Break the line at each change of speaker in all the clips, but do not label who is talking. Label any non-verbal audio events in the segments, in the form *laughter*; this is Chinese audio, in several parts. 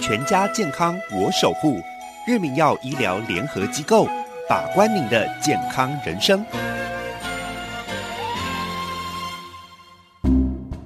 全家健康我守护，日明药医疗联合机构，把关您的健康人生。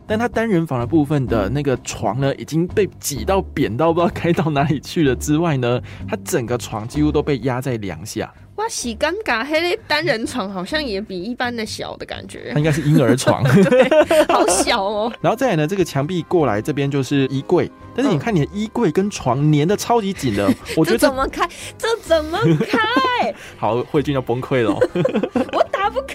但他单人房的部分的那个床呢，已经被挤到扁到不知道开到哪里去了。之外呢，他整个床几乎都被压在梁
*laughs*
下。
哇，洗尴尬，黑单人床好像也比一般的小的感觉
它，应该是婴儿床。
对，好小哦。
然后再来呢，这个墙壁过来这边就是衣柜，但是你
嗯
看你的衣柜跟床粘的超级紧的，我觉得
这怎
这
么开？这怎么开？
好慧君要崩溃
*laughs*
了哦。
我打不开。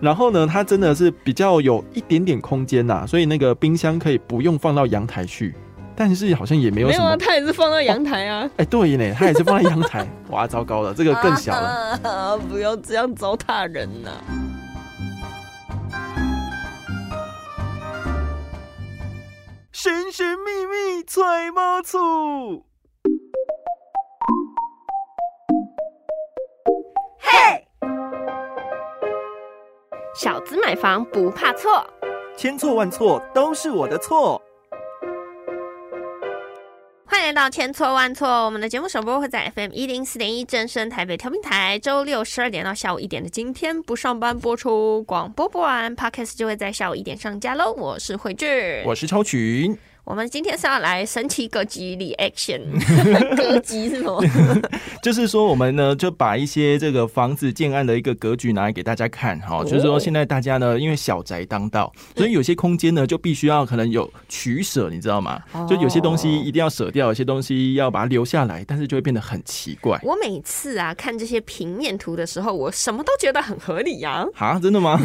然后呢，它真的是比较有一点点空间呐、所以那个冰箱可以不用放到阳台去，但是好像也 *laughs* 没有
没
什
有
么
啊，。它也是放到阳台啊。
哎、对呢，它也是放在阳台，哇，糟糕了，这个更小
啊
了。
了。不要这样糟蹋人呐、
神神秘秘揣猫醋。
小资买房不怕错。
千错万错都是我的错。
欢迎来到千错万错，我们的节目首播会在 FM 一零四点一正声台北调频台，周六十二点到下午一点的今天不上班播出，广播播完 Podcast 就会在下午一点上架喽。我是慧智，
我是超群，
我们今天是要来神奇歌姬 reaction，歌
*laughs*
姬是什么？
就是说，我们呢就把一些这个房子建案的一个格局拿来给大家看
哦
哈、就是说，现在大家呢，因为小宅当道，所以有些空间呢就必须要可能有取舍，你知道吗？
哦
就有些东西一定要舍掉，有些东西要把它留下来，但是就会变得很奇怪。
我每次啊看这些平面图的时候，我什么都觉得很合理呀、
啊，真的
*laughs*
吗？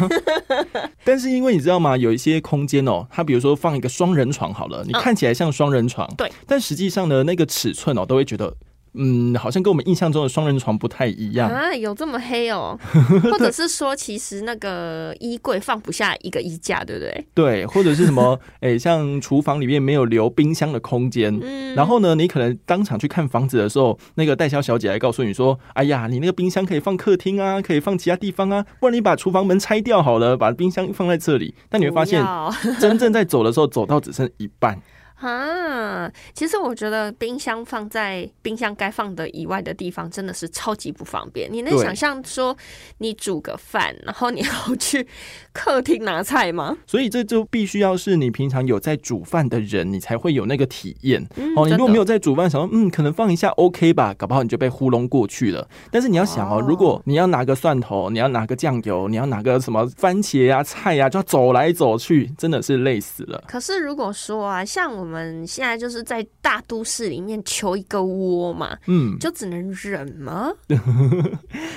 但是因为你知道吗？有一些空间哦，它比如说放一个双人床好了，你看起来像双人床，
对，
但实际上呢，那个尺寸哦，都会觉得，嗯，好像跟我们印象中的双人床不太一样。
啊，有这么黑
*laughs*
哦？或者是说，其实那个衣柜放不下一个衣架，对不对？
对，或者是什么，诶、像厨房里面没有留冰箱的空间。
嗯
然后呢，你可能当场去看房子的时候，那个代销小姐来告诉你说：“哎呀，你那个冰箱可以放客厅啊，可以放其他地方啊，不然你把厨房门拆掉好了，把冰箱放在这里。”但你会发现
不，要
真正在走的时候，走到只剩一半。
啊，其实我觉得冰箱放在冰箱该放的以外的地方，真的是超级不方便。你能
对
想象说你煮个饭，然后你 *laughs* 要去客厅拿菜吗？
所以这就必须要是你平常有在煮饭的人，你才会有那个体验。
嗯
哦，你如果没
有，
有在煮饭，想说嗯，可能放一下 OK 吧，搞不好你就被糊弄过去了。但是你要想哦，
哦
如果你要拿个蒜头，你要拿个酱油，你要拿个什么番茄啊、菜啊，就要走来走去，真的是累死了。
可是如果说啊，像我们现在就是在大都市里面求一个窝嘛，
嗯，
就只能忍吗？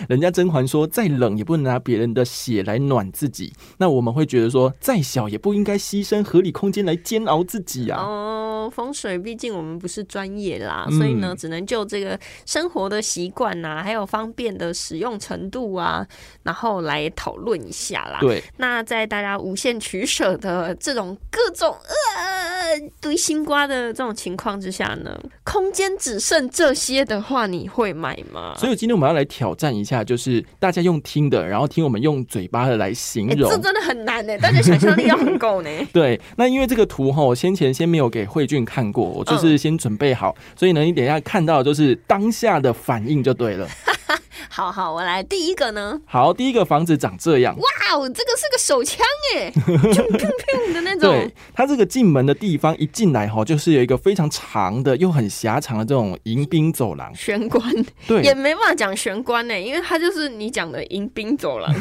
人家甄嬛说，再冷也不能拿别人的血来暖自己。那我们会觉得说，再小也不应该牺牲合理空间来煎熬自己啊。
哦，风水毕竟我们不是专业啦，
嗯
所以呢，只能就这个生活的习惯呐，还有方便的使用程度啊，然后来讨论一下啦。
对，
那在大家无限取舍的这种各种呃堆新瓜的这种情况之下呢，空间只剩这些的话，你会买吗？
所以今天我们要来挑战一下，就是大家用听的，然后听我们用嘴巴的来形
哎、
容。
这真的很难呢、大家想象力要很够
*laughs*
呢。
对，那因为这个图哈，我先前先没有给慧俊看过，我
嗯
就是先准备好，所以呢，你等一下看到的就是当下的反应就对了。
好好，我来第一个呢，
好，第一个房子长这样，
哇哦，这个是个手枪哎、 *laughs* 砰砰砰的那种
对。，它这个进门的地方一进来哈，就是有一个非常长的又很狭长的这种迎宾走廊，
玄关也
对。
没办法讲玄关呢、因为它就是你讲的迎宾
*laughs*
走廊，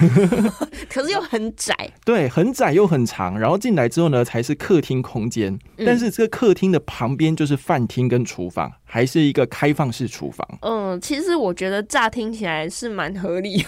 可是又很窄。
对，很窄又很长，然后进来之后呢，才是客厅空间。
嗯
但是这个客厅的旁边就是饭厅跟厨房，还是一个开放式厨房。
嗯，其实我觉得乍听起来是蛮合
*laughs*
理的，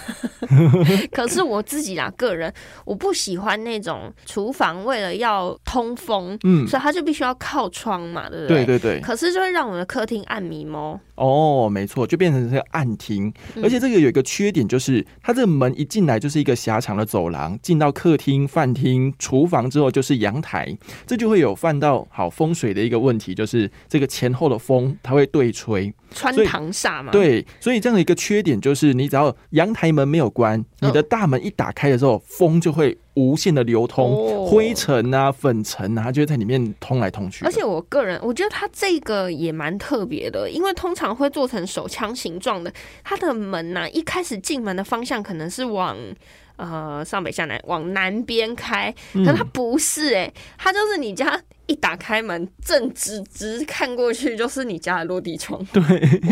可是我自己啦，个人我不喜欢那种厨房为了要通风，
嗯，
所以它就必须要靠窗嘛，对不
对
对
对对。
可是欸就会让我的客厅暗迷蒙。
哦，没错，就变成是个暗厅，
嗯
而且这个有一个缺点，就是它这个门一进来就是一个狭长的走廊，进到客厅、饭厅、厨房之后就是阳台，这就会有犯到好风水的一个问题，就是这个前后的风它会对吹，
穿
所以
堂煞
啊
嘛，，
对，所以这样的一个缺点就是，你只要阳台门没有关，你
嗯
的大门一打开的时候，风就会无限的流通，
哦
灰尘啊、粉尘啊，它就会在里面通来通去的。
而且我个人我觉得它这个也蛮特别的，因为通常会做成手枪形状的，它的门呐、一开始进门的方向可能是往。呃，上北下南往南边开，
嗯
可它不是哎、它就是你家一打开门，正直直看过去就是你家的落地
*laughs*
窗。对，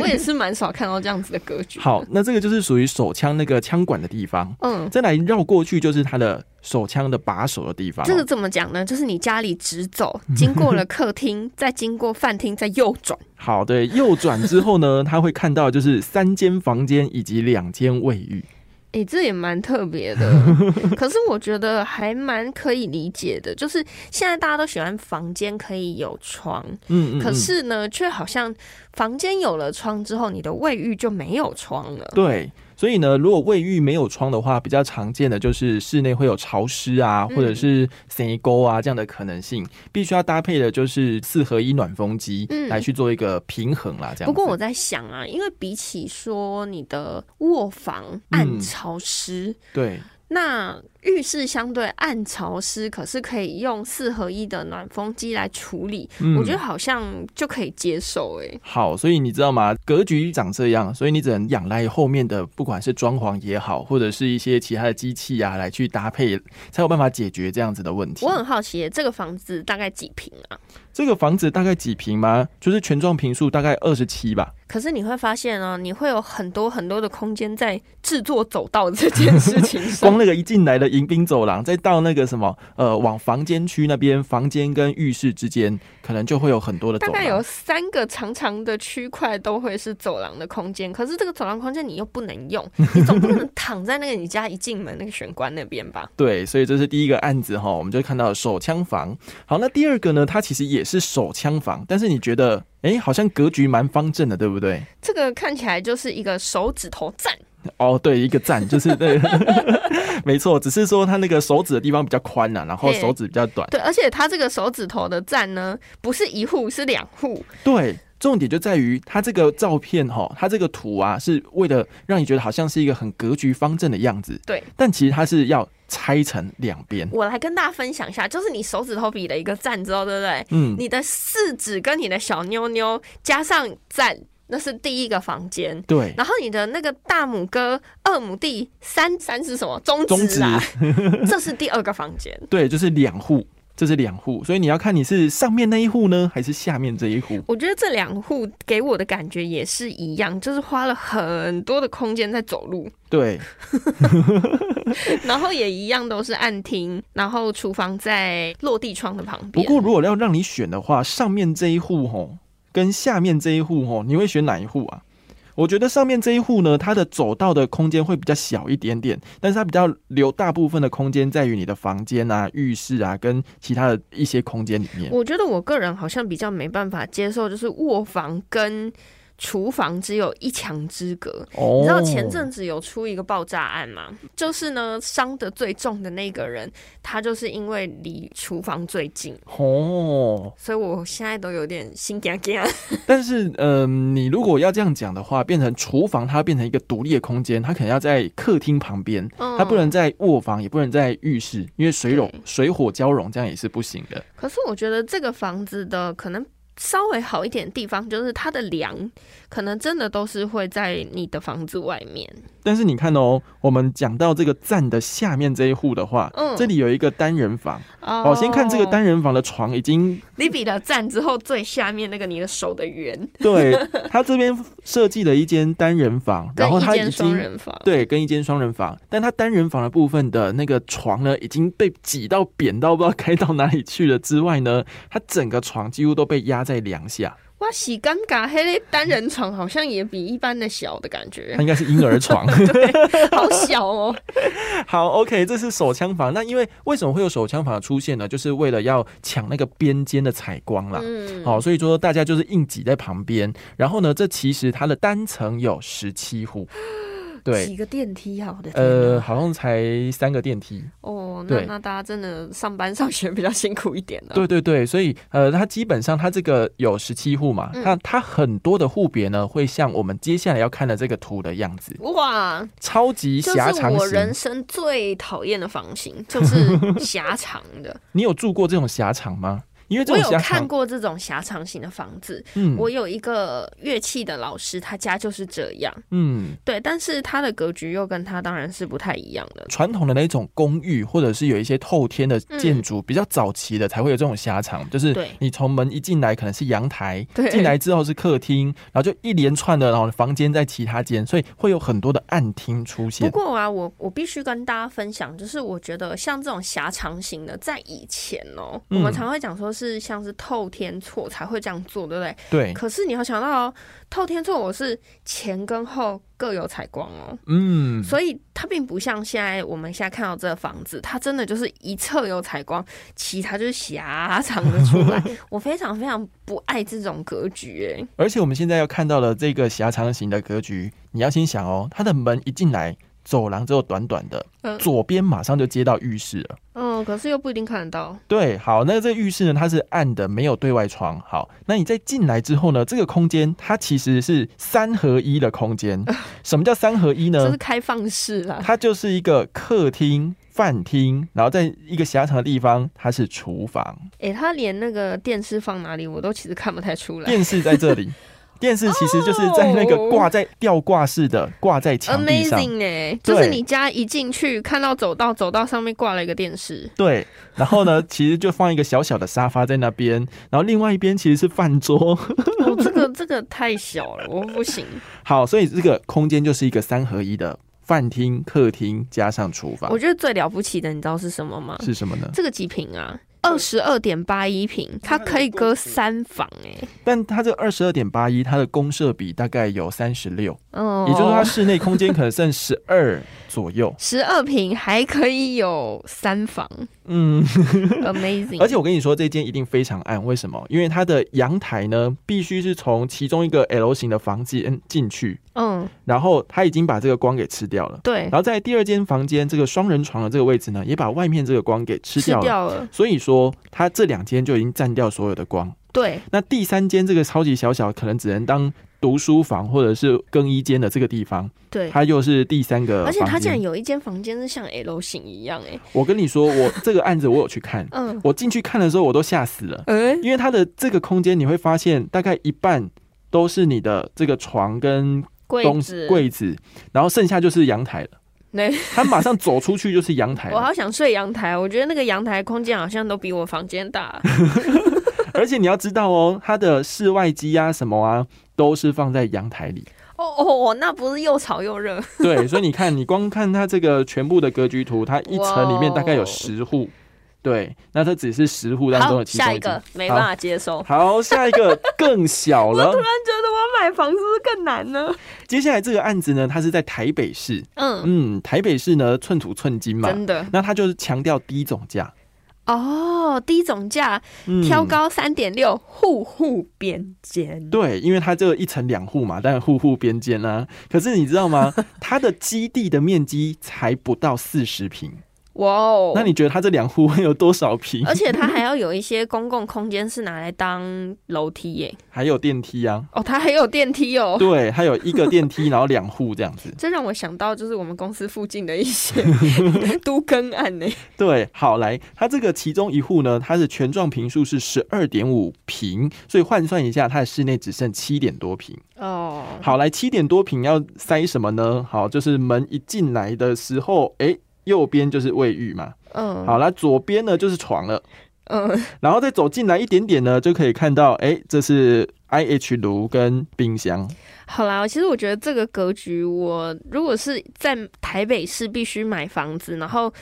我也是蛮少看到这样子的格局。
好，那这个就是属于手枪那个枪管的地方，
嗯，
再来绕过去就是它的手枪的把手的地方哦。
这个怎么讲呢？就是你家里直走，经过了客厅，再经过饭厅，再右转。
好，对，右转之后呢，他会看到就是三间房间以及两间卫浴。
诶，这也蛮特别的，
*laughs*
可是我觉得还蛮可以理解的。就是现在大家都喜欢房间可以有窗，
嗯嗯，
可
嗯
是呢，却好像房间有了窗之后，你的卫浴就没有窗了。
对，所以呢，如果卫浴没有窗的话，比较常见的就是室内会有潮湿啊，
嗯
或者是塞沟啊这样的可能性，必须要搭配的就是四合一暖风机、
嗯
来去做一个平衡啦。这样子。
不过我在想啊，因为比起说你的卧
嗯
房暗潮湿，
对
那浴室相对暗潮湿，可是可以用四合一的暖风机来处理，
嗯
我觉得好像就可以接受、诶。
好，所以你知道吗？格局长这样，所以你只能仰赖后面的，不管是装潢也好，或者是一些其他的机器啊，来去搭配，才有办法解决这样子的问题。
我很好奇耶，这个房子大概几平啊？
这个房子大概几平吗？就是全幢平数大概二十七吧。
可是你会发现哦，你会有很多很多的空间在制作走道这件事情
*laughs* 光
上。
那个一进来的迎宾走廊，再到那个什么呃，往房间区那边，房间跟浴室之间，可能就会有很多的
大
走
概有
廊。
三个长长的区块都会是走廊的空间，可是这个走廊空间你又不能用，你总不可能躺在那个你家一进门那个玄关那边吧？ *laughs*
对，所以这是第一个案子哈，我们就看到手枪房。好，那第二个呢，它其实也是手枪房，但是你觉得，哎，好像格局蛮方正的，对不对？
这个看起来就是一个手指头站，
*laughs* 哦，对，一个赞，就是对，没错，只是说它那个手指的地方比较宽呐、然后
嘿
手指比较短。
对，而且它这个手指头的站呢，不是一户是两户，
对，重点就在于它这个照片哈，它这个图啊，是为了让你觉得好像是一个很格局方正的样子。
对，
但其实它是要拆成两边。
我来跟大家分享一下，就是你手指头比了一个赞之后，对不对？
嗯，
你的四指跟你的小妞妞加上赞，那是第一个房间。
对，
然后你的那个大拇哥、二拇弟、三三是什么？中
中
指啊， *laughs* 这是第二个房间。
对，就是两户，这是两户，所以你要看你是上面那一户呢，还是下面这一户。
我觉得这两户给我的感觉也是一样，就是花了很多的空间在走路，
对，
然后也一样都是暗厅，然后厨房在落地窗的旁
不
边。
过如果要让你选的话，上面这一户吼，跟下面这一户吼，你会选哪一户啊？我觉得上面这一户呢，它的走道的空间会比较小一点点，但是它比较留大部分的空间在于你的房间啊、浴室啊，跟其他的一些空间里面。
我觉得我个人好像比较没办法接受，就是卧房跟厨房只有一墙之隔。
哦
你知道前阵子有出一个爆炸案吗？就是呢，伤得最重的那个人，他就是因为离厨房最近，
哦，
所以我现在都有点心惊
*laughs*
惊。
但是嗯、你如果要这样讲的话，变成厨房它变成一个独立的空间，它可能要在客厅旁边，它不能在卧房，也不能在浴室，因为水溶
嗯对
水火交融，这样也是不行的。
可是我觉得这个房子的可能稍微好一点的地方，就是它的梁可能真的都是会在你的房子外面。
但是你看哦，我们讲到这个站的下面这一户的话，
嗯
这里有一个单人房。
哦
哦，先看这个单人房的床已经
你比了赞之后，最下面那个你的手的圆， *laughs*
对他这边设计了一间单人房，然后
跟一
他已
间双
经。
人房。
对，跟一间双人房，但他单人房的部分的那个床呢，已经被挤到扁到不知道该到哪里去了。之外呢，他整个床几乎都被压在梁下，
哇，洗尴尬，黑嘞单人床好像也比一般的小的感觉
*laughs* 他，应该是婴儿床。
好小哦。
好，OK，这是手枪房。那因为为什么会有手枪房的出现呢？就是为了要抢那个边间的采光啦。
嗯，
好、所以说大家就是硬挤在旁边。然后呢，这其实它的单层有十七户，对，
几个电梯啊，我的天
呃，
哪！
好像才三个电梯。
哦，那
对
那大家真的上班上学比较辛苦一点
啊嗯
了。
对对对，所以呃，它基本上它这个有十七户嘛，
嗯
那它很多的户别呢，会像我们接下来要看的这个图的样子，
哇，
超级
这
狭
是
长
我人
型。
生最讨厌的房型，就是狭长的。
你有住过这种狭长吗？因为 *laughs* 这
我
种
有
狭
看
长，
过这种狭长型的房子，
嗯
我有一个乐器的老师，他家就是这样。
嗯，
对，但是他的格局又跟他当然是不太一样的。
传统的那种公寓，或者是有一些透天的建筑，比较早期的才会有这种狭长，就是
嗯对
你从门一进来可能是阳台，
对
进来之后是客厅，然后就一连串的，然后房间在其他间，所以会有很多的暗厅出
不
现。
过啊，我我必须跟大家分享，就是我觉得像这种狭长型的，在以前哦，
嗯
我们常会讲说是像是透天错才会这样做，对不对？
对，
可是你要想到、哦，透天错我是前跟后各有采光哦，
嗯，
所以它并不像现在我们现在看到这个房子，它真的就是一侧有采光，其他就是狭长的出
*laughs*
来。我非常非常不爱这种格局、哎，
而且我们现在要看到的这个狭长型的格局，你要先想哦，它的门一进来，走廊只有短短的，
嗯
左边马上就接到浴室了。
嗯，可是又不一定看得到。
对，好，那这个浴室呢，它是暗的，没有对外窗。好，那你在进来之后呢，这个空间它其实是三合一的空
*laughs*
间。什么叫三合一
这
呢
是？开放式啦，
它就是一个客厅、饭厅，然后在一个狭长的地方，它是厨房，
哎、他连那个电视放哪里，我都其实看不太出来。
电视在
*laughs*
这里。电视其实就是在那个挂在吊挂式的，挂在墙壁上。
Amazing 哎、
对
就是你家一进去看到走道，走道上面挂了一个
*laughs*
电视，
对，然后呢，其实就放一个小小的沙发在那边，然后另外一边其实是饭桌。
哦，这个这个太小了，我不
*laughs*
行。
好，所以这个空间就是一个三合一的饭厅、客厅加上厨房
我，觉得最了不起的，你知道是什么吗？
是什么呢？
这个几平啊？二十二点八一平，它可以隔三房哎、
但它这二十二点八一，它的公设比大概有三十六，
哦，
也就是说它室内空间可能剩十二左右。
十二平还可以有三
*laughs*
房
嗯，
，Amazing。
而且我跟你说，这间一定非常暗，为什么？因为它的阳台呢，必须是从其中一个 L 型的房间进去，
嗯，
然后它已经把这个光给吃掉了。
对
然，后在第二间房间这个双人床的这个位置呢，也把外面这个光给吃
吃
掉了。
掉了，
所以说，它这两间就已经占掉所有的光。
对，
那第三间这个超级小小，可能只能当读书房或者是更衣间的这个地方，
对
它又是第三个
而且它
房
竟然
间。
有一间房间是像 L 型一样哎、
我跟你说，我这个案子我有去看，
嗯，
我进去看的时候我都吓死了，因为它的这个空间你会发现，大概一半都是你的这个床跟
柜
东
子，
柜子，然后剩下就是阳台了。
对
它马上走出去就是阳
*laughs*
台了啊
我好想睡阳台，我觉得那个阳台空间好像都比我房间大。
而且你要知道哦，它的室外机啊什么啊，都是放在阳台里。
*laughs* 哦哦，那不是又吵又热， *laughs*
对，所以你看，你光看它这个全部的格局图，它一层里面大概有
哇哦
十户。对，那这只是十户当中
好，
的其中
下
一
一个
个。
没办法接受。
好，下一个更小了。
觉得我买房是不是更难呢？
接下来这个案子呢，它是在台北市。
嗯，
嗯，台北市呢，寸土寸金嘛。
真的
那它就是强调低总价，
哦，低总价
嗯
挑。高三点六，户户边间。
对，因为它这一层两户嘛，但户户边间啊。可是你知道
*laughs*
吗？它的基地的面积才不到四十平。
哇哦，
那你觉得它这两户会有多少平？
*laughs* 而且它还要有一些公共空间是拿来当楼梯耶。
还有电梯啊？
哦，它还有电梯哦。
对，它有一个电梯，然后两户这样
*laughs*
子。
这让我想到，就是我们公司附近的
*laughs*
一些都更案呢。
对，好来，它这个其中一户呢，它的全幢平数是十二点五平，所以换算一下，它的室内只剩七点多平。
哦，
好来，七点多平要塞什么呢？好，就是门一进来的时候，诶，右边就是卫浴嘛，
嗯，
好，那左边呢就是床了，
嗯，
然后再走进来一点点呢，就可以看到，诶，这是 IH 炉跟冰箱。
好啦，其实我觉得这个格局，我如果是在台北市必须买房子，然后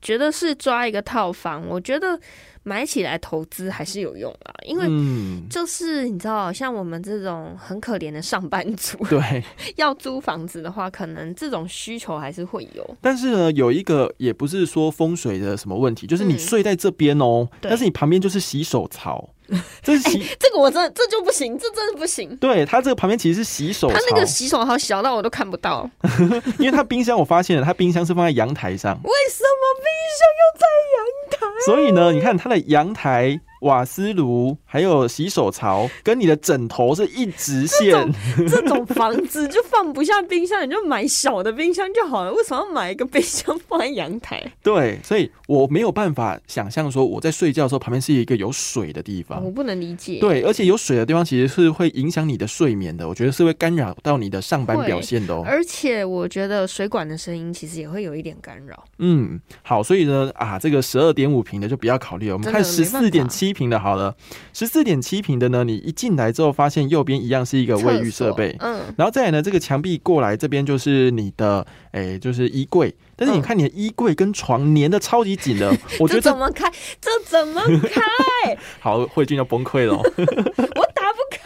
觉得是抓一个套房，我觉得买起来投资还是有用啦，因为。
嗯，
就是你知道，像我们这种很可怜的上班族，
对。
要租房子的话，可能这种需求还是会有。
但是呢，有一个也不是说风水的什么问题，就是你
嗯
睡在这边哦，
对
但是你旁边就是洗手槽， *laughs* 这是洗，
这个我真的这就不行，这真的不行。
对它这个旁边其实是洗手
它
槽，
那个洗手好小到我都看不到，
*laughs* 因为它冰箱我发现了，它冰箱是放在阳台上，
为什么冰箱要在阳台？
所以呢，你看它的阳台、瓦斯炉还有洗手槽，跟你的枕头是一直线。
*laughs* 这种房子就放不下冰箱，你就买小的冰箱就好了。为什么要买一个冰箱放在阳台？
*laughs* 对，所以我没有办法想象说我在睡觉的时候旁边是一个有水的地方
哦
哦
我。不能理解。，
对，而且有水的地方其实是会影响你的睡眠的，我觉得是会干扰到你的上班表现的哦。
而且我觉得水管的声音其实也会有一点干扰。
嗯，好，所以呢，啊，这个十二点五平的就不要考虑了，我们
真
看
的
十
没
四点
办
七平的好了。十四点七平的呢，你一进来之后发现右边一样是一个卫浴设备
厕，所嗯，
然后再来呢，这个墙壁过来这边就是你的，诶，就是衣柜。但
嗯
是你看你的衣柜跟床粘的超级紧
*laughs*
的，我觉得
这怎
这
么开？这怎么开？
好慧君要崩溃了哦。 *laughs*
我打不开。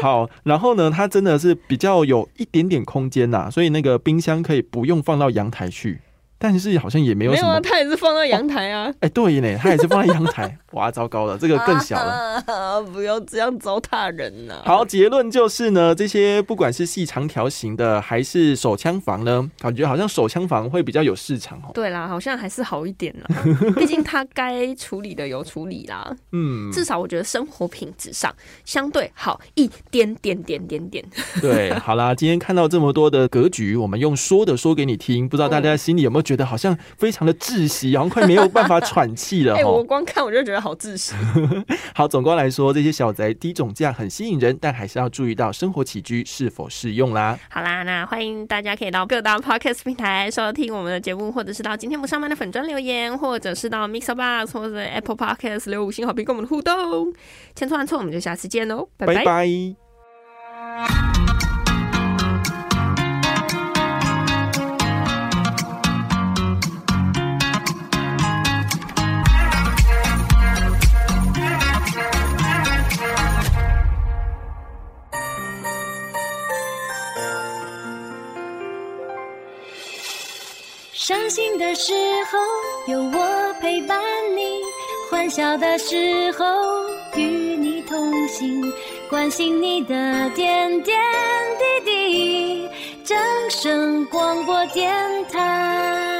好，然后呢，它真的是比较有一点点空间呐、所以那个冰箱可以不用放到阳台去，但是好像也没有
没
什
有
么
啊，。它也是放到阳台啊。
哎、对呢，它也是放在阳台，哇，糟糕了，这个更小
啊
了。
*laughs*
了，不要这样糟蹋人呐、
啊
*laughs* 好，结论就是呢，这些不管是细长条形的还是手枪房呢，感觉好像手枪房会比较有市场哦。
对啦，好像还是好一点 *laughs* 啦，毕竟它该处理的有处理啦，
嗯，
至少我觉得生活品质上相对好一点点点点点。
对，好啦，今天看到这么多的格局，我们用说的说给你听，不知道大家心里有没有觉得好像非常的窒息，好像快没有办法喘气了
*laughs*
哎、
哈。
我光看我就觉得好窒息。
好，总观来说，这些小宅低总价很吸引人，但还是要注意到生活起居是否适用啦。
好啦，那欢迎大家可以到各大 podcast 平台收听我们的节目，或者是到今天不上班的粉砖留言，或者是到 Mixer Box 或者是 Apple Podcast 留五星好评跟我们互动。千错万错，我们就下次见喽，拜
拜拜。
伤心的时候有我陪伴你，欢笑的时候与你同行，关心你的点点滴滴。掌声广播电台。